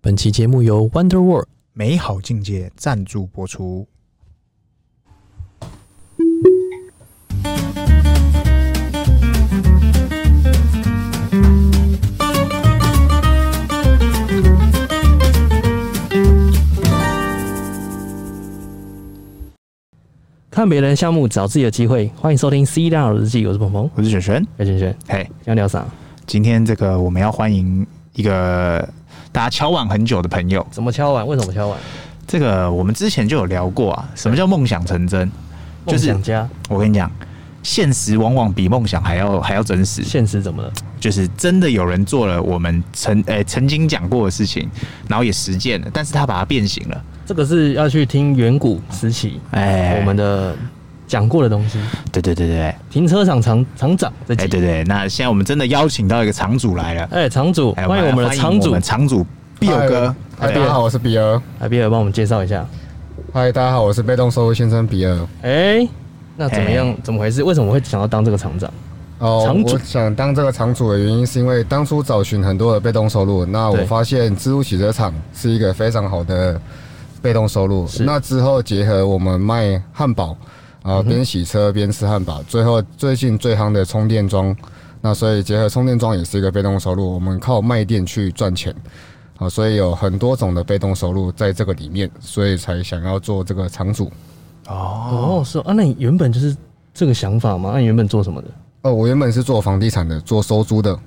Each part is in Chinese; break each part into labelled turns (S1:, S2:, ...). S1: 本期节目由 Wonder World
S2: 美好境界赞助播出。
S1: 看别人的项目找自己的机会，欢迎收听《C 大佬日记》，我是鹏鹏，
S2: 我是璇璇，
S1: 哎，轩轩，
S2: 嘿，
S1: 今天聊啥？
S2: 今天这个我们要欢迎一个大家敲碗很久的朋友。
S1: 怎么敲碗？为什么敲碗？
S2: 这个我们之前就有聊过啊，什么叫梦想成真？就
S1: 梦
S2: 是
S1: 想家，
S2: 我跟你讲，现实往往比梦想还要还要真实。
S1: 现实怎么了？
S2: 就是真的有人做了我们曾诶、曾经讲过的事情，然后也实践了，但是他把它变形了。
S1: 这个是要去听远古时期
S2: 哎
S1: 我们的讲过的东西。
S2: 对对对对，哎、
S1: 停车场厂厂长这集，
S2: 对对，那现在我们真的邀请到一个厂主来了，
S1: 哎，厂主，
S2: 哎
S1: 欢迎我们的厂
S2: 我
S1: 主
S2: 们，厂主哎必友哥。
S3: 嗨，
S2: 对
S3: 大家好，我是比尔。
S1: 来，哎比尔帮我们介绍一下。
S3: 嗨，大家好，我是被动收入先生比尔。
S1: 哎，那怎么
S2: 哎
S1: 样？怎么回事？为什么会想要当这个厂长？
S3: 哦
S1: 场，主
S3: 我想当这个场主的原因是因为当初找寻很多的被动收入，那我
S1: 对
S3: 发现自助洗车场是一个非常好的被动收入。那之后结合我们卖汉堡，啊，
S1: 嗯
S3: 边洗车边吃汉堡，最后最近最夯的充电桩，那所以结合充电桩也是一个被动收入，我们靠卖电去赚钱。啊，所以有很多种的被动收入在这个里面，所以才想要做这个场主。
S1: 哦，是哦啊，那你原本就是这个想法吗？那你原本做什么的？
S3: 哦，我原本是做房地产的，做收租的。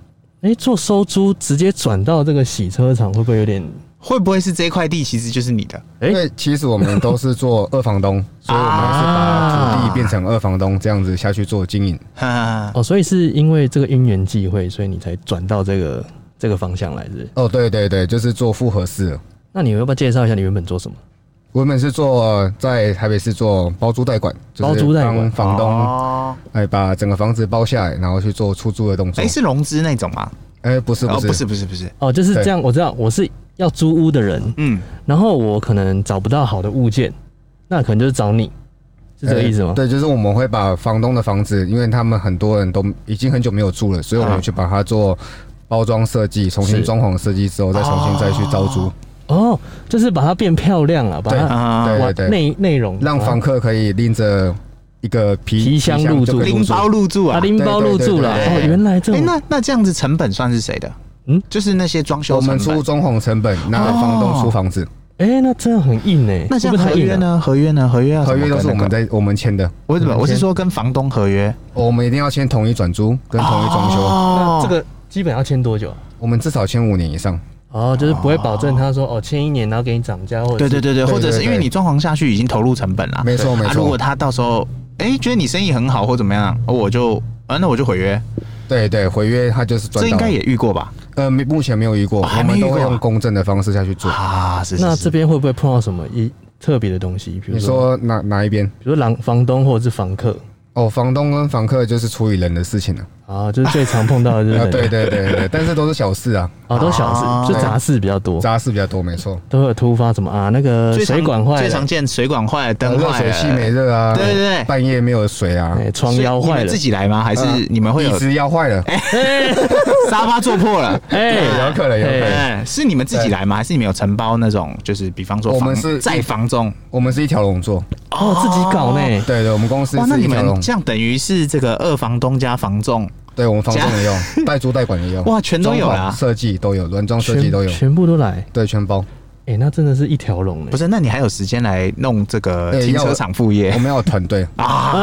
S1: 哎、做收租直接转到这个洗车场，会不会有点？
S2: 会不会是这块地其实就是你的？
S1: 诶啊
S3: 因为其实我们都是做二 房东，所以我们是把土地变成二房东，这样子下去做经营。
S2: 哈哈哈
S1: 哦，所以是因为这个因缘际会，所以你才转到这个这个方向来是不是
S3: 哦，对对对，就是做复合式的。
S1: 那你要不要介绍一下你原本做什么？
S3: 我原本是做呃在台北市做包租代管，就是
S1: 包租代管
S3: 帮房东
S2: 哦，
S3: 哎把整个房子包下来，然后去做出租的动作
S2: 哎、。是融资那种吗？
S3: 哎，不是
S2: 哦，
S3: 不
S2: 不是
S3: 是，
S2: 不是不是，
S1: 哦，就是这样，我知道我是要租屋的人，
S2: 嗯，
S1: 然后我可能找不到好的物件，那可能就是找你，是这个意思吗
S3: 哎？对，就是我们会把房东的房子，因为他们很多人都已经很久没有住了，所以我
S2: 嗯
S3: 们去把它做包装设计，重
S1: 啊是
S3: 新装潢设计之后，再重新再去招租。
S1: 哦，就是把它变漂亮了，把它
S2: 啊、
S3: 对
S1: 哇
S3: 对对，
S1: 内内容
S3: 让房客可以拎着一个皮
S1: 皮箱入住
S3: 就可以
S2: 拎包入住
S1: 啊
S2: 啊。
S1: 拎包入住了。
S2: 对对对
S1: 哦，
S2: 对
S1: 原来这
S2: 哎、
S1: 种
S2: 那那这样子成本算是谁的？
S1: 嗯
S2: 嗯，就是那些装修
S3: 我
S2: 成
S3: 们
S2: 本。
S3: 出装潢成本，那房东出房子，
S1: 哎、那这样很硬哎、
S2: 那这
S1: 会
S2: 样
S1: 不会太
S2: 合
S1: 硬
S2: 约
S1: 了？
S2: 呢？合约呢？合约要怎
S3: 合
S2: 么
S3: 约都是我
S2: 哦跟那
S3: 们
S2: 个。
S3: 在我们签的，哦
S2: 我怎么？
S1: 我们
S2: 我是
S1: 签
S2: 说跟房东合约，
S3: 我们一定要签统一转租跟统一装修，
S1: 那
S2: 哦
S1: 这个基本要签多久啊？
S3: 我们至少签五年以上。
S1: 哦，就是不会保证他说哦签一年然后给你涨价，或者
S2: 对对
S1: 对
S2: 对对，
S3: 对
S2: 或者是
S3: 对
S2: 因为你装潢下去已经投入成本了，
S3: 没错
S2: 啊
S3: 没
S2: 如果
S3: 错，
S2: 他到时候哎、觉得你生意很好或怎么样，哦我就啊那我就毁约，
S3: 对对，毁约他就是
S2: 这
S3: 赚
S2: 应
S3: 到
S2: 该。也遇过吧？
S3: 呃，没目前没有遇过，
S2: 哦还
S3: 我
S2: 没
S3: 们
S2: 遇过
S3: 都
S2: 啊
S3: 会用公证的方式下去做。
S2: 啊，是是
S1: 那
S2: 是
S1: 这边会不会碰到什么一特别的东西？比如
S3: 你
S1: 说，
S3: 说哪哪一边？
S1: 比如说房房东或者是房客
S3: 哦，房东跟房客就是处理人的事情了。
S1: 啊，就是最常碰到的就是
S3: 啊，
S1: 人
S3: 对对对对，但是都是小事啊，
S1: 啊，都小事，
S2: 啊
S1: 就杂事比较多，
S3: 杂事比较多，没错。
S1: 都会有突发什么啊，那个
S2: 最常
S1: 水管坏
S2: 最常
S1: 了，
S2: 见水管坏了，灯
S3: 热
S2: 坏
S3: 水
S2: 了，
S3: 器没热啊，
S2: 对对对
S3: 半夜没有水啊
S1: 哎、，窗
S2: 所以
S1: 腰
S2: 你们
S1: 坏了
S2: 自，己来吗？还是
S3: 呃
S2: 你们会有
S3: 椅子要坏了，
S1: 哎
S2: 沙发坐破了？
S1: 哎
S3: 有可能有可能。
S2: 哎，是你们自己来吗？还是你们有承包那种？就是比方说
S3: 哦我
S2: 房，
S3: 们是
S2: 在房中
S3: 我们是一条龙做，
S1: 哦自己搞呢，
S3: 对对，我们公司
S2: 哇，那
S3: 是
S2: 你
S3: 一条
S2: 们
S3: 龙，
S2: 这样等于是这个二房东加房仲，
S3: 对我们房东 也用，代租代管也用，
S2: 哇全都有啦
S3: 装潢设计都有，软装设计都
S1: 全
S3: 有，
S1: 全部都来，
S3: 对，全包。
S1: 哎、那真的是一条龙哎呢
S2: 不。是？那你还有时间来弄这个
S3: 哎
S2: 停
S3: 要
S2: 车场副业
S3: 我们要有团队，
S1: 啊
S2: 啊？
S1: 啊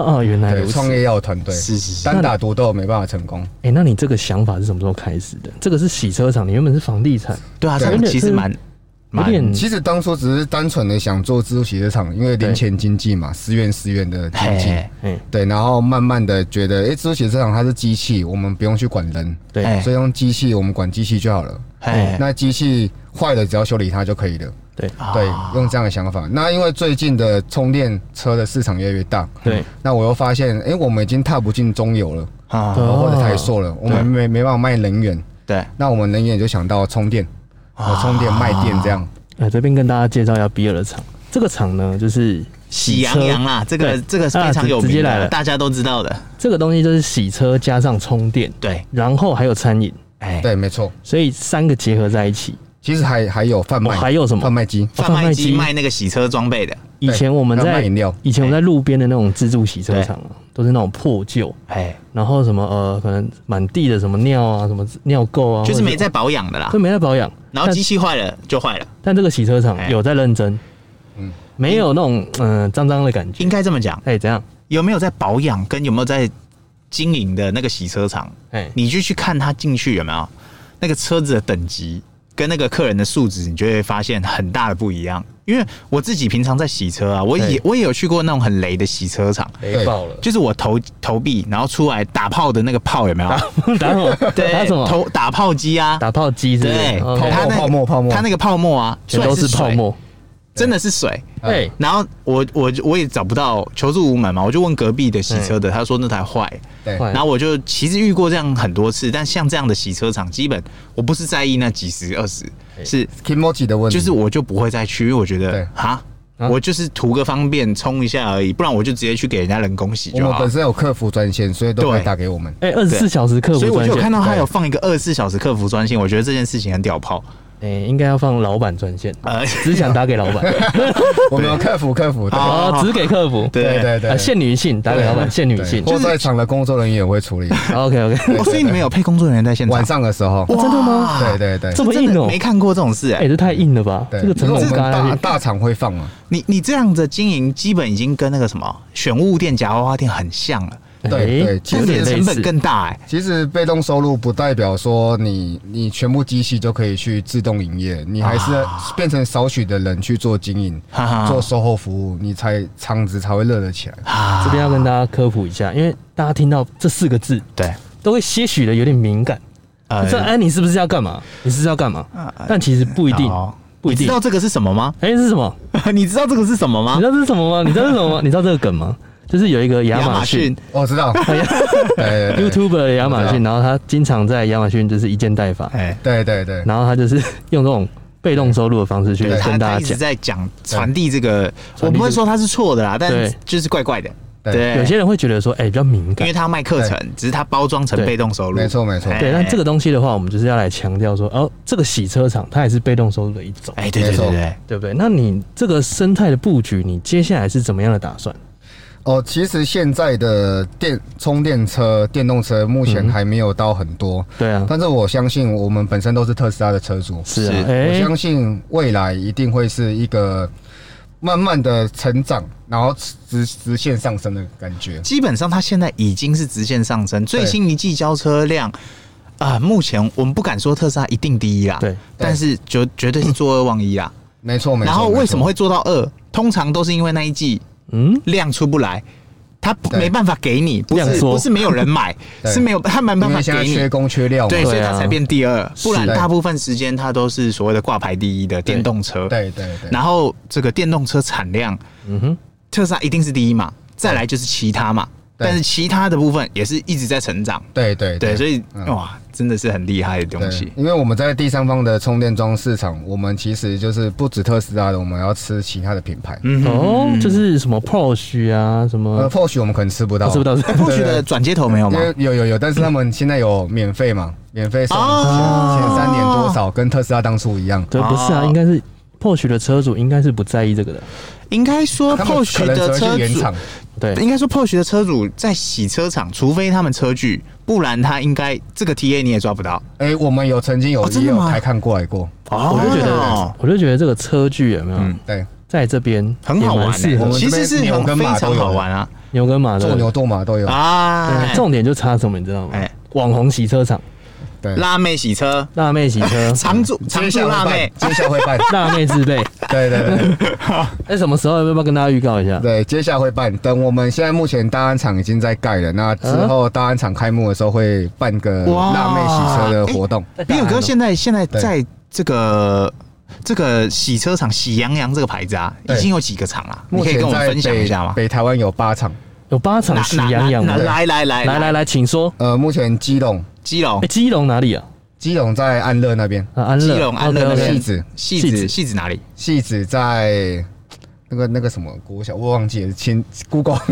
S1: 啊啊！原来
S3: 对
S1: 如，此。
S3: 创业要有团队，
S2: 是是是，
S3: 单打独斗没办法成功。
S1: 哎、那你这个想法是什么时候开始的？这个是洗车场，你原本是房地产，
S2: 对啊，这
S1: 有
S2: 样
S1: 点
S2: 其实蛮
S1: 有
S2: 蛮
S1: 点
S3: 其实当初只是单纯的想做自助洗车场，因为
S1: 对
S3: 零钱经济嘛，十元十元的经济，
S2: 嘿
S1: 哎、
S3: 对，然后慢慢的觉得，哎，自助洗车场它是机器，我们不用去管人，
S1: 对，
S2: 哎
S3: 所以用机器我们管机器就好了。
S2: 嘿，
S3: 那机器坏了只要修理它就可以了。
S1: 对
S3: 对
S2: 啊，
S3: 用这样的想法。那因为最近的充电车的市场越来越大，
S1: 对，
S3: 那我又发现，哎、我们已经踏不进中游了，
S2: 啊
S1: 对哦
S3: 或者台塑了，我们没没办法卖能源，
S2: 对，
S3: 那我们能源就想到充电，
S1: 啊
S3: 我充电卖电这样。
S1: 哎、这边跟大家介绍一下比尔的厂。这个厂呢，就是
S2: 喜
S1: 车
S2: 羊羊啦，这个
S1: 对
S2: 这个是
S1: 啊
S2: 非常
S1: 直
S2: 有
S1: 直接
S2: 名
S1: 来
S2: 的，
S1: 了
S2: 大家都知道的，
S1: 这个东西就是洗车加上充电，
S2: 对，
S1: 然后还有餐饮，
S2: 哎，
S3: 对，没错，
S1: 所以三个结合在一起，
S3: 其实还还有贩卖、
S1: 哦还有什么
S3: 贩卖机？
S1: 哦
S2: 贩卖机卖那个洗车装备的，
S1: 以前我们
S3: 还有
S1: 在
S3: 卖饮料
S1: 以前我们在路边的那种自助洗车场啊，都是那种破旧，
S2: 哎，
S1: 然后什么呃，可能满地的什么尿啊，什么尿垢啊，
S2: 就是
S1: 或者
S2: 没在保养的啦
S1: 对。没在保养。
S2: 然后
S1: 但
S2: 机器坏了就坏了，
S1: 但这个洗车场
S2: 哎
S1: 有在认真，
S2: 嗯
S1: 没有那种嗯脏脏的感觉
S2: 应。该这么讲，
S1: 哎，怎样？
S2: 有没有在保养跟有没有在经营的那个洗车场，
S1: 哎，
S2: 你就去看他进去有没有那个车子的等级跟那个客人的素质，你就会发现很大的不一样。因为我自己平常在洗车啊，我也
S1: 对
S2: 我也有去过那种很雷的洗车场，
S1: 雷爆了，
S2: 就是我投投币，然后出来打炮的那个炮有没有？
S1: 打什么？
S2: 对，
S1: 打什么？
S2: 投打炮机啊，
S1: 打炮机是不
S2: 对
S1: 是？，
S3: 泡沫
S1: OK
S2: 它那
S3: 泡沫泡沫
S2: 它那个泡沫啊，
S1: 全
S2: 出来
S1: 都是
S2: 水
S1: 泡，沫。
S2: 真的是水。
S1: 哎，
S2: 然后我我我也找不到求助无门嘛，我就问隔壁的洗车的，他说那台坏。
S3: 对，
S1: 坏
S2: 然后我就其实遇过这样很多次，但像这样的洗车场，基本我不是在意那几十二十，是
S3: 嗯 Kimoji 的问题
S2: 就是我就不会再去，因为我觉
S3: 对
S2: 得哈，
S1: 啊
S2: 我就是图个方便冲一下而已，不然我就直接去给人家人工洗
S3: 我
S2: 就
S3: 们
S1: 啊
S2: 好
S3: 本。身有客服专线，所以都会
S2: 对
S3: 打给我们。
S1: 哎，二十四小时客
S2: 所
S1: 服
S2: 以我
S1: 专
S2: 就有看
S1: 线，
S2: 到他有放一个二十四小时客服专线，我觉得这件事情很屌炮。
S1: 哎，应该要放老板专线，
S2: 呃，
S1: 只想打给老板。
S3: 我们有客服，客服对
S2: 好
S1: 哦，只给客服。
S3: 对
S2: 对
S3: 对对，
S1: 啊，限女性，打给老板，限女
S3: 对
S1: 性。
S3: 或在场的工作人员也会处理。
S1: OK OK，
S2: 哦，所以你们有配工作人员在现场
S3: 晚？上的时候，
S2: 真的吗？
S3: 对对对
S1: 这么硬哦
S2: 没看过这种事哎、
S1: 哎，这太硬了吧？
S3: 对，
S1: 这个成
S3: 因为我
S1: 本高
S3: 们大
S1: 啊。
S3: 大厂会放嘛，
S2: 你你这样的经营，基本已经跟那个什么选物店、夹娃娃店很像了，
S3: 对
S1: 哎
S3: 对其实
S1: 有
S2: 但你
S1: 点
S2: 的
S1: 类
S2: 成本
S1: 似
S2: 更大哎、
S3: 其实被动收入不代表说你你全部机器就可以去自动营业，你还是
S1: 啊
S3: 变成少许的人去做经营、
S2: 哈哈
S3: 做售后服务，你才厂子才会热得起来。
S2: 啊
S1: 这边要跟大家科普一下，因为大家听到这四个字
S2: 对，
S1: 都会些许的有点敏感。
S2: 呃
S1: 这哎，你是不是要干嘛？你是不是要干嘛？
S2: 啊哎
S1: 但其实不一定，
S2: 好
S1: 不一
S2: 你知
S1: 定。
S2: 道这个是什么吗？
S1: 哎，是什么？
S2: 你知道这个是什么
S1: 你
S2: 吗
S1: 知？道这是什么吗？你知道这是什么吗？你知道这个梗吗？就是有一个亚马逊
S3: 我、哦 知道，
S1: 哎
S3: 对对对
S1: YouTuber 的亚马
S3: 我知
S1: 逊，然后他经常在亚马逊就是一件代发，
S2: 哎，
S3: 对对对，
S1: 然后他就是 用这种被动收入的方式去
S3: 对
S1: 跟
S2: 他
S1: 大
S2: 他一
S1: 家
S2: 直
S1: 讲。
S2: 在讲传递这个，
S1: 传递这个
S2: 我不会说他是错的啦，但
S1: 对
S2: 就是怪怪的，
S3: 对
S2: 对，
S1: 有些人会觉得说，哎，比较敏
S2: 因
S1: 感
S2: 为。他卖课程，只是他包装成
S1: 对
S2: 被动收入，
S3: 没错没错
S2: 哎
S1: 对，但这个东西的话，我们就是要来强调说，哦，这个洗车场它也是被动收入的一种，
S2: 哎，对
S3: 没
S2: 对
S3: 错
S2: 对对，
S1: 对不对？那你这个生态的布局，你接下来是怎么样的打算？
S3: 哦，其实现在的电充电车、电动车
S1: 嗯
S3: 目前还没有到很多，
S1: 对啊，
S3: 但是我相信我们本身都是特斯拉的车主，
S1: 是啊，
S2: 是
S3: 我
S1: 哎，
S3: 相信未来一定会是一个慢慢的成长，然后直直线上升的感觉。
S2: 基本上它现在已经是直线上升，
S3: 对
S2: 最新一季交车量。啊、目前我们不敢说特斯拉一定第一啦，
S1: 对，
S2: 但是绝绝对是坐二望一啦。
S3: 没错，没错。
S2: 然后为什么
S3: 没
S2: 会做到二？通常都是因为那一季
S1: 嗯，
S2: 量出不来，它不
S3: 对
S2: 没办法给你，不
S1: 量
S2: 是
S1: 缩
S2: 不是没有人买，
S3: 对
S2: 是没有他没
S3: 错？
S2: 办
S3: 因
S2: 法
S3: 为现在
S2: 给你
S3: 缺，工缺料嘛。
S2: 对，
S1: 对
S2: 所以
S1: 啊
S2: 它才变第二。不然
S3: 是
S2: 大部分时间它都是所谓的挂牌第一的电动车。，
S3: 对对对。
S2: 然后这个电动车产量，
S1: 嗯哼，
S2: 特斯拉一定是第一嘛，再来就是其他嘛，
S3: 对
S2: 但是其他的部分也是一直在成长。
S3: 对对
S2: 对，所以
S3: 嗯
S2: 哇，真的是很厉害的东
S3: 对
S2: 西，。
S3: 因为我们在第三方的充电桩市场，我们其实就是不止特斯拉的，我们要吃其他的品牌。
S2: 嗯
S1: 哦，就是什么 Porsche 啊，什么
S3: 呃，或许我们可能吃不到，
S1: 我知不知道是？
S2: 或许的转接头没有吗
S3: 因？为有有有，但是他们现在有免费嘛，免费送前
S2: 哦
S3: 前三年多少，跟特斯拉当初一样。
S1: 对，不是啊，
S2: 哦
S1: 应该是 Porsche 的车主应该是不在意这个的，
S2: 应该说
S3: 他们可
S2: Porsche
S3: 能只
S2: 的
S3: 会
S2: 车
S3: 去原
S2: 主，
S3: 厂，
S1: 对，
S2: 应该说 Porsche 的车主在洗车场，除非他们车距，不然他应该这个 TA 你也抓不到。
S3: 哎、我们有曾经有、
S2: 哦真
S3: 也
S2: 的
S3: 有
S2: 吗
S3: 台看过来哎过，
S2: 哦
S1: 我就觉得，我就觉得这个车距有没有
S2: 嗯
S3: 对，
S1: 在这边
S2: 很好
S1: 也
S2: 玩
S1: 蛮
S2: 欸
S1: 适合
S3: 我们
S2: 其实是
S3: 这边牛
S2: 很
S3: 跟
S2: 非
S3: 马都
S2: 常
S3: 有
S2: 好玩啊
S1: 牛跟马
S3: 做牛
S1: 的。
S3: 做马都有，
S2: 啊！
S1: 重点就差什么，你知道吗
S2: 哎？
S1: 网红洗车场，
S3: 对，
S2: 辣妹洗车，，
S1: 辣妹洗车
S3: 嗯
S2: 常驻常驻
S3: 接下
S2: 辣
S3: 来
S2: 妹
S3: 会，办，接下来会 办，
S1: 辣妹自备。
S3: 对对对
S1: 那什么时候要不要跟大家预告一下？
S3: 对，接下来会办。等我们现在目前大安厂已经在盖了，那之后大安厂开幕的时候会办个
S2: 哇
S3: 辣妹洗车的活动，
S2: 比尔哥现在现在
S3: 对
S2: 在这个这个洗车厂喜羊羊这个牌子啊，
S3: 对
S2: 已经有几个厂啊了，你
S3: 目
S2: 可以
S3: 前
S2: 跟我们
S3: 在
S2: 分享一下
S3: 北
S2: 吗？
S3: 北台湾有八场，
S1: 有八场喜羊羊
S2: 哪
S1: 吗？
S2: 来来来
S1: 来来，来，请说。
S3: 呃，目前基隆
S2: 基隆
S1: 哎，基隆哪里啊？
S3: 基隆在安乐那边，
S1: 啊，安乐。
S2: 基隆安乐那
S1: OK，OK
S2: 边
S3: 戏子
S2: 戏
S1: 戏
S2: 子
S1: 子
S2: 戏子哪里？
S3: 戏子在。那个那个什么国小我忘记了，请 Google
S2: 哦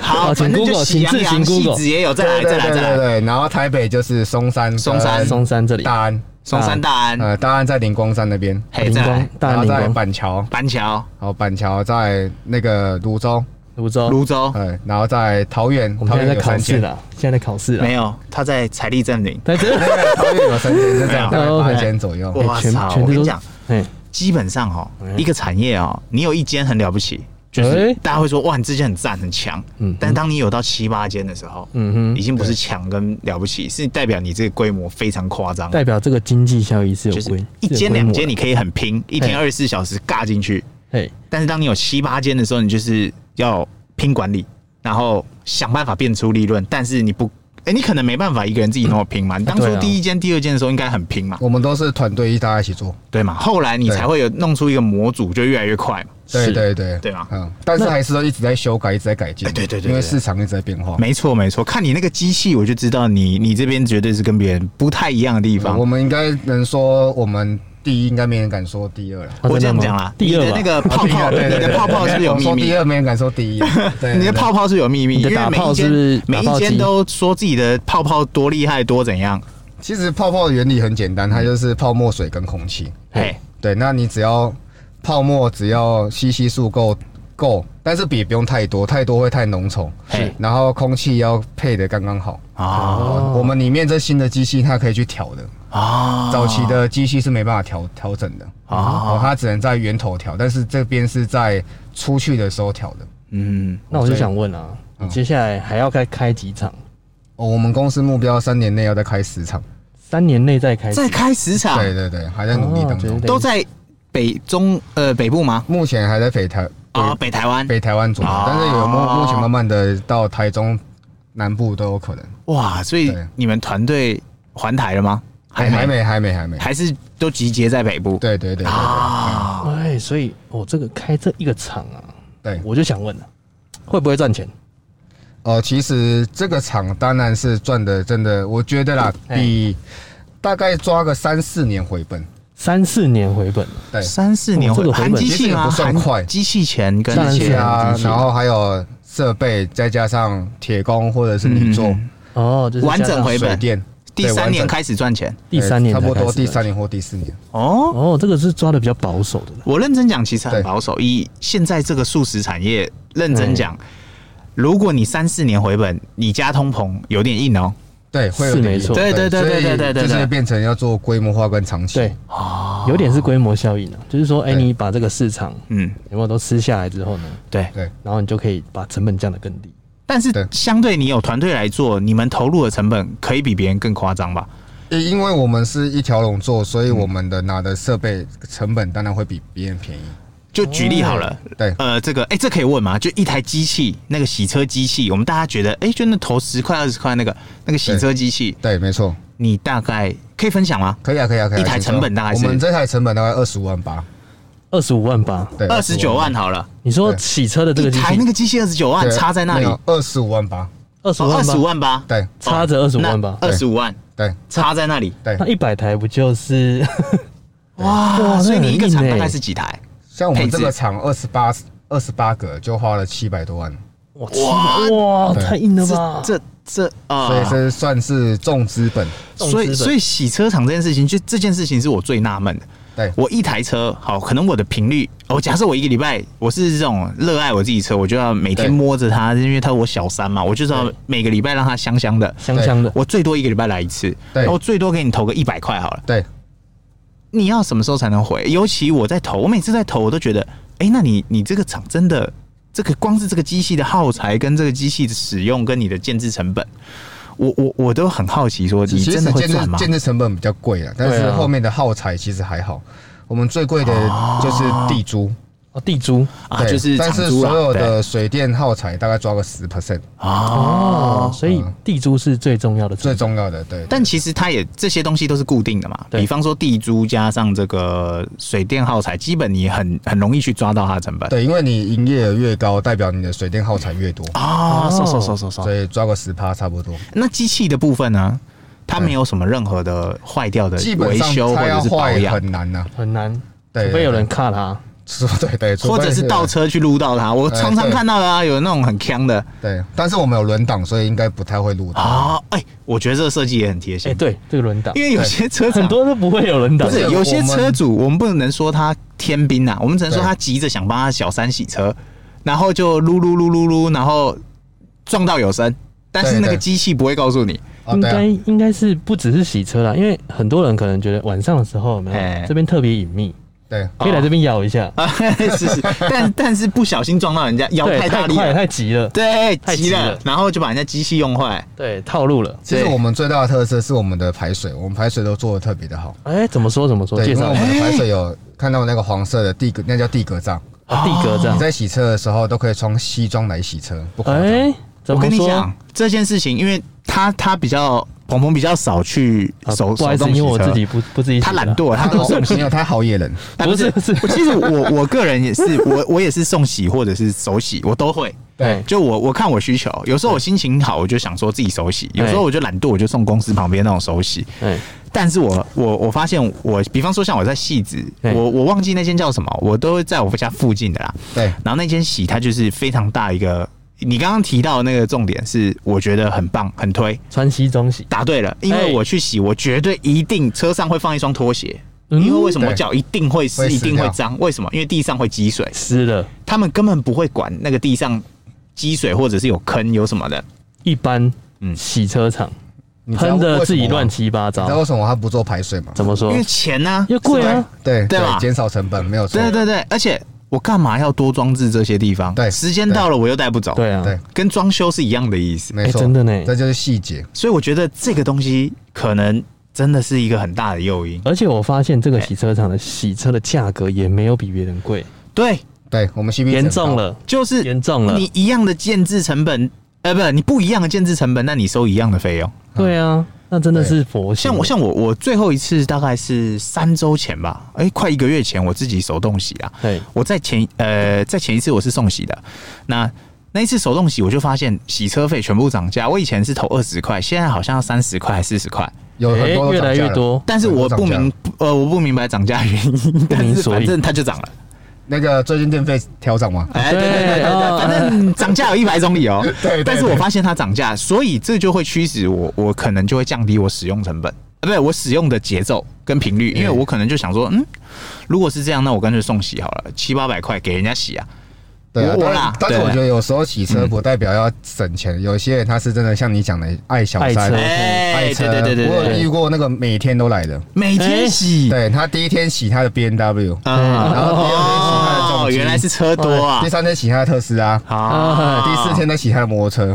S2: 好，
S1: 哦好请
S2: 反正就
S1: Google，
S2: 喜羊
S1: 请自
S2: 羊
S1: 行
S2: 戏
S1: Google
S2: 子也有，再来再来再来，
S3: 对，然后台北就是松山跟
S2: 松山
S1: 松山这里。
S3: 大安
S2: 松山大安、
S3: 呃，大安在灵光山那边，
S2: 嘿，
S1: 灵
S2: 再
S1: 光
S2: 来
S1: 大
S3: 然
S1: 安
S3: 后
S1: 灵
S3: 在
S1: 光
S3: 板桥，
S2: 板桥、
S3: 然后板桥在那个泸州，
S1: 泸州，
S2: 泸州，
S3: 呃，然后在桃园，
S1: 我们
S3: 桃
S1: 现
S3: 园
S1: 在在
S3: 有
S1: 考
S3: 三
S1: 试
S3: 间，
S1: 了，现在在考试了
S2: 没，有，他在财力占领。
S1: 在这，
S3: 桃园有三间，就这 样，大概
S1: 没有
S3: 八间左右。
S2: 哇
S1: 全
S2: 操！
S1: 全都
S2: 我跟你
S1: 是
S2: 讲，
S1: 哎，
S2: 基本上哦，
S1: 嗯
S2: 一个产业哦，你有一间很了不起，就是
S1: 哎
S2: 大家会说哇，你这间很赞很强。
S1: 嗯
S2: 嗯，但当你有到七八间的时候，
S1: 嗯
S2: 已
S1: 哼，
S2: 经不是强跟了不起，是代表你这个规模非常夸张。
S1: 代表这个经济效益是有
S2: 就
S1: 规
S2: 是，一间两间你可以很拼，一天二十四小时尬进去。
S1: 哎，
S2: 但是当你有七八间的时候，你就是要拼管理，然后想办法变出利润。但是你不，哎、你可能没办法一个人自己那么拼嘛。你当初
S1: 对啊
S2: 第一间、第二间的时候应该很拼嘛，
S3: 我们都是团队一大家一起做，
S2: 对嘛？后来你
S3: 对
S2: 才会有弄出一个模组，就越来越快嘛。
S3: 对
S1: 是
S3: 对对，
S2: 对啊
S3: 嗯，但是还是都一直在修改，一直在改进，
S2: 哎对对对对
S3: 因为市场一直在变化。
S2: 没错，没错，看你那个机器，我就知道你你这边绝对是跟别人不太一样的地
S3: 呃
S2: 方
S3: 我。们应该能说，我们第一应该没人敢说第二了。
S1: 哦
S2: 我这样
S1: 真的吗
S2: 讲啦，
S1: 第二
S2: 你的
S1: 吧
S2: 那个泡
S3: 第
S2: 泡，
S3: 二
S2: 你
S3: 对对对
S2: 的泡泡是不是有
S3: 我
S2: 秘
S3: 说
S2: 密
S3: 第。二没人敢说第一，啊 对
S2: 你的泡泡是不是有秘密，
S1: 你的
S2: 因为
S1: 打
S2: 每
S1: 炮
S2: 一
S1: 是不是
S2: 间每
S1: 打
S2: 一
S1: 炮机
S2: 间都说自己的泡泡多厉害多怎样，
S3: 其实泡泡的原理很简单，它就是泡沫水跟空气。
S2: 嘿，
S3: 对，那你只要泡沫只要吸吸数够够，但是也不用太多，太多会太浓稠。
S2: 嘿
S3: 然后空气要配的刚刚好。
S2: 啊
S1: 哦
S3: 我们里面这新的机器它可以去调的，
S2: 啊，
S3: 早期的机器是没办法调调整的。哦，
S2: 啊，
S3: 它只能在源头调，但是这边是在出去的时候调的。
S2: 嗯，
S1: 那我就想问啊，
S3: 嗯
S1: 你接下来还要再开几场？
S3: 哦，我们公司目标三年内要再开十场。
S1: 三年内再开几
S2: 在开十场
S3: 对对对，还在努力当
S1: 哦
S3: 中
S1: 对。对
S2: 都在北中呃北部吗？
S3: 目前还在北台
S2: 啊，北台湾，
S3: 北台湾左右
S2: 哦，
S3: 但是有目目前慢慢的到台中南部都有可能。
S2: 哇，所以
S3: 对
S2: 你们团队还台了吗？
S3: 还还，没还没还没。
S2: 还是都集结在北部
S3: 对对对对
S2: 啊？
S1: 哎，所以我这个开这一个场啊，
S3: 对。
S1: 我就想问了，会不会赚钱？
S3: 哦，其实这个厂当然是赚的，真的，我觉得啦，
S1: 哎
S3: 比大概抓个三四年回本。
S1: 三四年回本，
S3: 对，
S2: 三四年
S1: 哦这
S2: 会
S1: 个回
S2: 含
S1: 本
S2: 机器吗？
S3: 其实也不算
S2: 含
S3: 快
S2: 机器钱跟
S1: 当
S2: 那
S1: 然
S2: 些
S1: 是
S3: 对
S1: 啊
S3: 啊
S1: 机，器
S3: 然后还有设备，再加上铁工或者是
S2: 嗯
S3: 泥做、
S2: 嗯
S1: 哦，就是
S2: 完整
S1: 加上
S2: 回本
S3: 水电。
S2: 第
S3: 对
S2: 三
S3: 完
S2: 年
S3: 整
S2: 开始赚钱
S1: 第三年
S3: 哎
S1: 才
S3: 差不
S1: 开
S3: 多
S1: 始
S3: 第
S1: 赚
S3: 三年或第四年。
S2: 哦。
S1: 哦，这个是抓的比较保守的了。
S2: 我认真讲，其实很
S3: 对
S2: 保守。以现在这个素食产业，认真讲，如果你三四年回本，你加通膨有点硬哦。
S3: 对，会有
S1: 是
S3: 点
S1: 没错
S2: 对对对
S3: 所
S2: 对
S3: 以
S2: 对对对
S3: 就是
S2: 对
S3: 变成要做规模化跟长期。
S1: 对，哦有点是规模效应啊，就是说，哎，
S3: 哦对
S1: 你把这个市场
S2: 嗯，
S1: 有没有都吃下来之后呢，
S2: 对。
S3: 对，
S1: 然后你就可以把成本降得更低。
S2: 但是
S3: 对
S2: 相对你有团队来做，你们投入的成本可以比别人更夸张吧？
S3: 因因为我们是一条龙做，所以我们的拿的设备成本当然会比别人便宜。
S2: 就举例好了，
S3: 对，
S2: 呃，这个哎、这可以问吗？就一台机器，那个洗车机器，我们大家觉得哎、就那投十块二十块那个那个洗车机器，
S3: 对，没错，
S2: 你大概可以分享吗？
S3: 可以啊，可以啊，可以啊。
S2: 一台
S3: 请说
S2: 成本大概是
S3: 我们这台成本大概二十五万八，
S1: 二十五万八，
S3: 对，
S2: 二十九万好了，
S1: 你说
S3: 对
S1: 洗车的这
S2: 一
S1: 个机
S2: 台那
S1: 器
S2: 个机器二十九
S3: 25
S2: 万，
S3: 万
S2: 差在那里，哦
S3: 二十五万八，
S1: 二十
S2: 二
S1: 万
S2: 十
S1: 八，
S2: 万吧，
S3: 对
S1: 差着25万吧
S2: 哦二十五万
S3: 对
S2: 差在那里，
S3: 对
S1: 那。一百台不就是？哇
S2: 哇！所以
S1: 那
S2: 你一个
S1: 很硬
S2: 厂
S1: 欸
S2: 大概是几台？
S3: 像我们这
S2: 配
S3: 个
S2: 置
S3: 厂二十八二十八个就花了七百多万，
S1: 哇哇，
S3: 对
S1: 太硬了吧！
S2: 这这啊，
S3: 所以这算是重资本。
S1: 重
S2: 所以
S1: 资本
S2: 所以洗车场这件事情，就这件事情是我最纳闷的。
S3: 对
S2: 我一台车，好，可能我的频率，我 假设我一个礼拜，我是这种热爱我自己车，我就要每天
S3: 对
S2: 摸着它，因为它我小三嘛，我就是要
S1: 对
S2: 每个礼拜让它香香的。
S1: 香香的，
S2: 我最多一个礼拜来一次，
S3: 对
S2: 然后最多给你投个一百块好了。
S3: 对，
S2: 你要什么时候才能回？尤其我在投，我每次在投，我都觉得，哎、那你你这个厂真的，这个光是这个机器的耗材跟这个机器的使用跟你的建制成本，我我我都很好奇，说
S3: 其
S2: 你
S3: 实
S2: 真的会
S3: 建制
S2: 赚吗？
S3: 建制成本比较贵了，但
S1: 对
S3: 是
S1: 啊
S3: 后面的耗材其实还好。我们最贵的就是地租，
S1: 哦，地租
S2: 啊，
S3: 对
S2: 就是
S3: 但
S2: 厂
S3: 是
S2: 租
S3: 所
S2: 啊，
S3: 有
S2: 对
S3: 的水电耗材大概抓个十 percent，
S1: 哦，
S2: 哦。
S1: 所以地租是最重要的成
S3: 最
S1: 本。
S3: 重要的对。
S2: 但其实它也这些东西都是固定的嘛，
S1: 对
S2: 比方说地租加上这个水电耗材，基本你很很容易去抓到它的成本。
S3: 对，因为你营业额越高，代表你的水电耗材越多，
S2: 啊，
S1: 哦
S2: 收收收收收
S3: 所。以抓个十趴差不多。
S2: 那机器的部分呢？它没有什么任何的坏掉的
S3: 基本
S2: 呃维
S3: 上
S2: 修或
S3: 它
S2: 者
S3: 要
S2: 是保
S3: 坏
S2: 养，
S3: 很难呐、啊
S1: 很难，
S3: 对
S1: 除非有人卡他。
S3: 是对对，除
S2: 或
S3: 非
S2: 者是倒车去撸到它。我
S3: 哎
S2: 常常
S3: 对
S2: 看到啊，有那种很呛的
S3: 对，但是我们有轮挡，所以应该不太会录到。
S2: 啊，哎、我觉得这个设计也很贴
S1: 哎、
S2: 心，
S1: 对，这个轮挡
S2: 因为有些车厂
S1: 很多都不会有轮挡啊
S2: 不是
S3: 对
S2: 有些
S3: 我们
S2: 车主，我们不能说他天兵啊，我们只能说
S3: 对
S2: 他急着想帮他小三洗车，然后就撸撸撸撸撸，然后撞到有声，但是
S3: 对
S2: 那个
S3: 对
S2: 机器不会告诉你。
S3: 啊
S1: 应
S3: 对啊
S1: 该应该是不只是洗车啦，因为很多人可能觉得晚上的时候有没有、
S2: 哎哦
S1: 这边特别隐秘，
S3: 对，
S1: 可以来这边咬一下，
S2: 啊， 是是，但但是不小心撞到人家，摇
S1: 对，
S2: 太大力
S1: 快了
S2: 了，
S1: 太急了，
S2: 对，
S1: 太
S2: 急
S1: 急
S2: 了
S1: 了，
S2: 然后就把人家机器用坏。
S1: 对，套路了。
S3: 其实
S2: 对
S3: 我们最大的特色是我们的排水，我们排水都做的特别的好。
S1: 哎、怎么说怎么说？
S3: 对，
S1: 介
S3: 因为
S1: 绍
S3: 我
S1: 一下
S3: 们的排水有看到那个黄色的地格，那叫地格障。
S1: 啊地格这样
S2: 哦
S3: 你。在洗车的时候都可以穿西装来洗车，不夸张。
S1: 哎、怎
S2: 我
S1: 么
S2: 跟你
S1: 说？
S2: 讲这件事情，因为他他比较鹏鹏比较少去
S1: 啊
S2: 手
S1: 不好
S2: 手
S1: 意思，
S2: 动洗
S1: 因为我自
S2: 车，
S1: 己不不自己洗
S2: 他
S1: 的啦
S2: 懒，惰，他
S3: 他
S2: 都
S3: 好，没有他好野人，
S2: 啊
S1: 不是不是
S2: 我其实我我个人也是，我我也是送洗或者是手洗，我都会。
S1: 对
S2: 就我我看我需求，有时候我心情好，我就想说自己手洗；有时候我就懒惰，我就送公司旁边那种手洗。
S1: 哎
S2: 但是我我我发现我，比方说像我在戏子，
S1: 对
S2: 我我忘记那间叫什么，我都会在我家附近的啦。
S3: 对
S2: 然后那间洗它就是非常大一个，你刚刚提到的那个重点是，我觉得很棒，很推。
S1: 穿西装洗，
S2: 答对了，因为
S1: 哎
S2: 我去洗，我绝对一定车上会放一双拖鞋，
S1: 嗯
S2: 因为为什么我
S3: 对
S2: 脚一定会湿，
S3: 会湿
S2: 一定会
S3: 掉
S2: 脏？为什么？因为地上会积水，
S1: 湿了，
S2: 他们根本不会管那个地上积水或者是有坑有什么的。
S1: 一般
S2: 嗯
S1: 洗车场
S3: 你知道
S1: 喷
S3: 为什么吗
S1: 的自己乱七八
S3: 你知道为
S1: 糟，
S3: 什么他不做排水吗？
S1: 怎么说
S2: 因？为钱呢、
S1: 哦因为贵啊，
S3: 对
S2: 对吧
S3: 减少成本没有错。
S2: 对对对，而且我干嘛要多装置这些地方？
S3: 对
S2: 时间到了我又带不走，
S1: 对啊，
S3: 哦对
S2: 跟装修是一样的意思。
S3: 没错，
S1: 哎真的呢
S3: 这就是细节。
S2: 所以我觉得这个东西可能真的是一个很大的诱因。
S1: 而且我发现这个洗车场的洗车的价格也没有比别人贵，
S2: 对，
S3: 对我们 CP 值
S1: 严
S3: 很
S1: 重
S3: 高，
S1: 了，
S2: 就是
S1: 严重了。
S2: 你一样的建制成本，呃，不，你不一样的建制成本，那你收一样的费用。
S3: 嗯
S1: 对啊，那真的是佛心。
S2: 像我，像我，我最后一次大概是三周前吧，哎、快一个月前，我自己手动洗啊。
S1: 对，
S2: 我在前呃，在前一次我是送洗的，那那一次手动洗，我就发现洗车费全部涨价。我以前是投二十块，现在好像要三十块、四十块，
S3: 有很
S1: 哎
S3: 多都
S1: 越
S3: 涨
S1: 来
S3: 价
S1: 越
S3: 了
S1: 多。
S2: 但是我不
S3: 很多
S2: 明呃，我不明白涨价原因，但是
S1: 所以
S2: 反正它就涨了。
S3: 那个最近电费调涨吗？
S2: 哎，对对对对
S1: 哦
S2: 对，反正涨价有一百种理由。
S3: 对对对
S2: 但是我发现它涨价，所以这就会驱使我，我可能就会降低我使用成本，啊，不对，我使用的节奏跟频
S3: 嗯
S2: 率，因为我可能就想说，嗯，如果是这样，那我干脆送洗好了，七八百块给人家洗啊。
S3: 对啊，
S2: 我
S3: 当
S2: 啦
S3: 然，但是
S2: 对嗯
S3: 我觉得有时候洗车不代表要省钱，有些人他是真的像你讲的爱小
S1: 爱
S3: 三
S1: 车，
S2: 哎，
S3: 哦爱车。
S2: 对对对对
S3: 我有
S2: 对，嗯
S3: 遇过那个每天都来的，
S1: 哎
S2: 每天洗
S3: 对他第一天洗他的 B N W，
S2: 啊，
S3: 然
S1: 哦
S3: 后第二天洗他的
S2: 哦
S3: 重，机
S2: 原来是车多啊
S3: 第，三天洗他的特斯拉，
S2: 啊，
S3: 第四天在洗他的摩托车，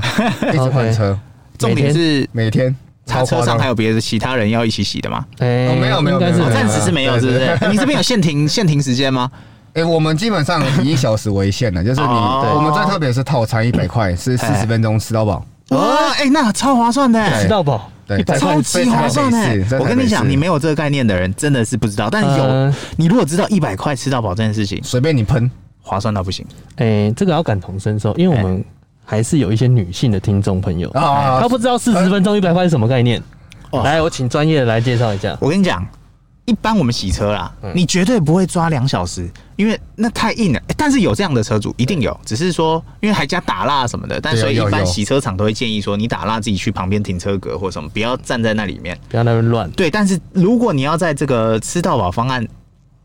S3: 一
S1: 哦
S3: 直换车，
S2: 重点是。
S3: 每天
S2: 他
S3: 超
S2: 车
S3: 夸
S2: 上
S3: 张
S2: 还。有别的其他人要一起洗的吗？
S1: 哎
S3: 哦没有没有
S1: 应该
S3: 没有
S1: 是
S3: 没有
S2: 暂时是没有，是不
S3: 对
S2: 是？哎你这边有限停限停时间吗？
S3: 哎，我们基 本上以一小时为限的，就是你
S2: 哦
S3: 我们最特别是套餐一百块，是四十分钟吃到饱。
S2: 哦，哎，那超划算的，
S1: 吃到饱，
S3: 对
S1: 一百块
S2: 超级划算
S3: 在台北
S2: 哎
S3: 市！
S2: 我跟你
S3: 在台
S2: 讲，
S3: 北市
S2: 你没有这个概念的人真的是不知道，但有、
S1: 嗯
S2: 你如果知道一百块吃到饱这件事情，
S3: 随便你喷，
S2: 划算到不行。
S1: 哎、这个要感同身受，因为我
S3: 哎
S1: 们还是有一些女性的听众朋友，
S3: 啊
S1: 她不知道四十分钟一百块是什么概念。
S2: 哦
S1: 来，我请专业的来介绍一下。
S2: 我跟你讲，一般我们洗车啦，
S3: 嗯
S2: 你绝对不会抓两小时，因为那太硬了、哎但是有这样的车主一定有，只是说因为还加打蜡什么的，但
S3: 对
S2: 所以一
S3: 有
S2: 般
S3: 有
S2: 洗车厂都会建议说，你打蜡自己去旁边停车格或什么，不要站在那里面。
S1: 不要那边乱，
S2: 对，但是如果你要在这个吃到饱方案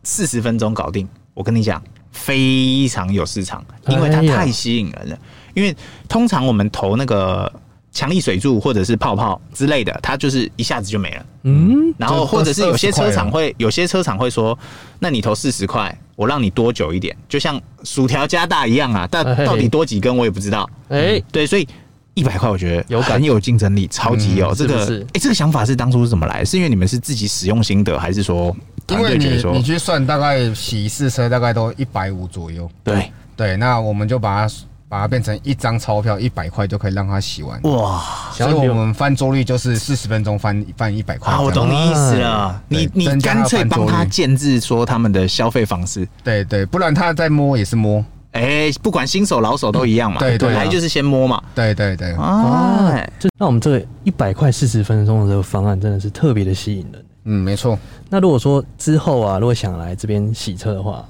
S2: 四十分钟搞定，我跟你讲，非常有市场，因为它
S1: 哎呀
S2: 太吸引人了。因为通常我们投那个强力水柱或者是泡泡之类的，它就是一下子就没了。
S1: 嗯，
S2: 然后
S3: 就
S2: 或者是
S3: 20
S2: 有些车厂
S3: 块了
S2: 会，有些车厂会说，那你投四十块，我让你多久一点，就像薯条加大一样啊，但
S1: 哎
S2: 到底多几根我也不知道。
S1: 哎、
S2: 对，所以一百块我觉得
S1: 有感
S2: 很有竞争力，超级有、
S1: 嗯
S2: 这个。
S1: 是
S2: 哎
S1: 不是、
S2: 这个想法是当初是怎么来的？是因为你们是自己使用心得，还是说
S3: 因
S2: 团
S3: 为
S2: 队觉得
S3: 你
S2: 说
S3: 你去算大概洗一次车大概都一百五左右，
S2: 对？
S3: 对，那我们就把它把它变成一张钞票一百块就可以让它洗完，
S2: 哇
S3: 所以我们翻桌率就是四十分钟翻翻一百块
S2: 啊，
S3: 这
S2: 我
S3: 样子。
S2: 懂你意思了。
S3: 啊对
S2: 你你
S3: 增加
S2: 干脆
S3: 翻桌
S2: 帮
S3: 率
S2: 他建制说他们的消费方式。
S3: 对对，不然他再摸也是摸。
S2: 哎、不管新手老手都一样嘛，
S3: 对对
S2: 本来
S3: 啊哦
S2: 就是先摸嘛。
S3: 对对对，
S2: 啊，哎
S1: 这那我们这个一百块四十分钟的这个方案真的是特别的吸引人。
S3: 嗯，没错。
S1: 那如果说之后啊，如果想来这边洗车的话，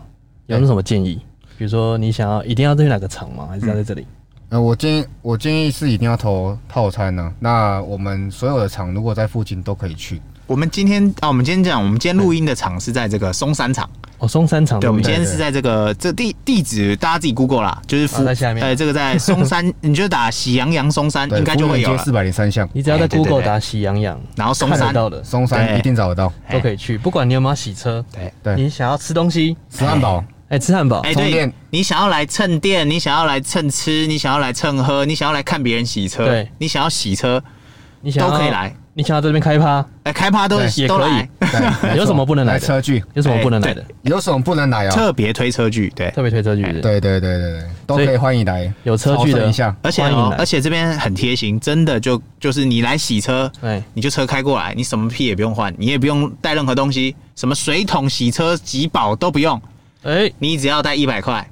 S1: 有没有什么建议？比如说你想要一定要去哪个厂吗？还是要在这里？
S2: 嗯
S3: 呃，我建议我建议是一定要投套餐呢、啊那我们所有的厂如果在附近都可以去，
S2: 我们今天啊，我们今天讲，我们今天录音的厂是在这个松山厂。
S1: 哦，松山厂
S2: 对，我们
S1: 不
S2: 今天
S3: 对
S2: 是在这个这地地址，大家自己 Google 啦，就是
S1: 啊在下面
S2: 呃，这个在松山， 你就打喜羊羊松山，
S3: 对，
S2: 应该就会有了
S3: 四。百零三巷，
S1: 你只要在
S2: 哎对对
S1: Google
S2: 对
S1: 打喜羊羊，
S2: 然后松
S1: 看
S2: 山
S1: 得，到的
S3: 松山
S2: 对
S3: 一定找得到。
S2: 哎
S1: 都可以去，不管你有没有洗车，
S2: 对
S3: 对，
S1: 你想要吃东西，
S3: 石汉堡
S1: 哎，吃汉堡，
S2: 哎，
S3: 充
S2: 对
S3: 电，
S2: 你想要来蹭电，你想要来蹭吃，你想要来蹭喝，你想要来看别人洗车，
S1: 对
S2: 你想要洗车，
S1: 你想要
S2: 都可以来，
S1: 你想要在这边开趴，
S2: 哎，开趴都
S1: 对也
S2: 都
S1: 可以
S2: 来，
S3: 对
S1: 有
S3: 没错
S1: 什么不能来
S3: 来
S1: 的
S3: 车距？
S1: 有什么不能来的
S2: 哎？
S3: 有什么不能来啊？
S2: 特别推车具，哎对。
S1: 特别推车距是不是？
S3: 对对对对对，都
S1: 所以
S3: 可以欢迎来，
S1: 有车距
S3: 朝圣
S1: 的
S3: 一下。
S2: 而且
S1: 欢迎
S2: 哦
S1: 来，
S2: 而且这边很贴心，真的就就是你来洗车，
S1: 哎，
S2: 你就车开过来，你什么屁也不用换，你也不用带任何东西，什么水桶、洗车、集宝都不用，
S1: 哎，
S2: 你只要带一百块，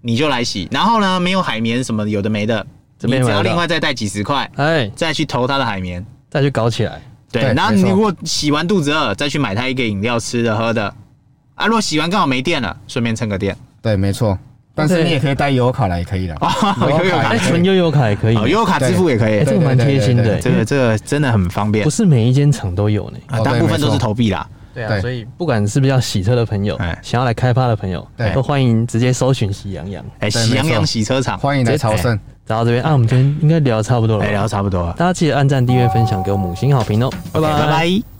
S2: 你就来洗。然后呢，没有海绵什么有的没的，
S1: 这
S2: 你
S1: 边
S2: 只
S1: 买
S2: 要
S1: 得到
S2: 另外再带几十块，
S1: 哎，
S2: 再去投他的海绵。
S1: 再去搞起来，
S2: 对，
S3: 对
S2: 然后
S3: 没
S2: 你
S3: 错
S2: 如果洗完肚子饿，再去买他一个饮料吃的喝的。啊，如果洗完刚好没电了，顺便蹭个电。
S3: 对，没错。但是你也可以带悠游卡来，也可以的。悠
S2: 哦悠游卡
S1: 哎，
S3: 也可
S1: 存
S3: 以
S1: 悠悠卡也可以，
S2: 哦，悠游卡支付也可以
S1: 哎，，这个蛮贴心的，
S3: 对
S2: 这个这个真的很方便
S1: 不，是每一间厂都有呢。
S2: 啊
S3: 哦
S2: 大
S3: 对
S2: 部分
S3: 没错
S2: 都是投币啦。
S1: 对啊，
S3: 对
S1: 所以不管是不是要洗车的朋友
S2: 哎，
S1: 想要来开趴的朋友
S3: 对，
S1: 都欢迎直接搜寻喜羊羊。
S2: 哎，
S3: 对
S2: 喜羊
S3: 没错
S2: 羊洗车场，
S3: 欢迎来朝圣。
S1: 然后这边啊，我们今天应该聊得差不多了
S2: 哎，
S1: 吧，
S2: 聊得差不多了，
S1: 大家记得按赞、订阅、分享，给我们五星好评哦，拜拜，
S2: 拜拜。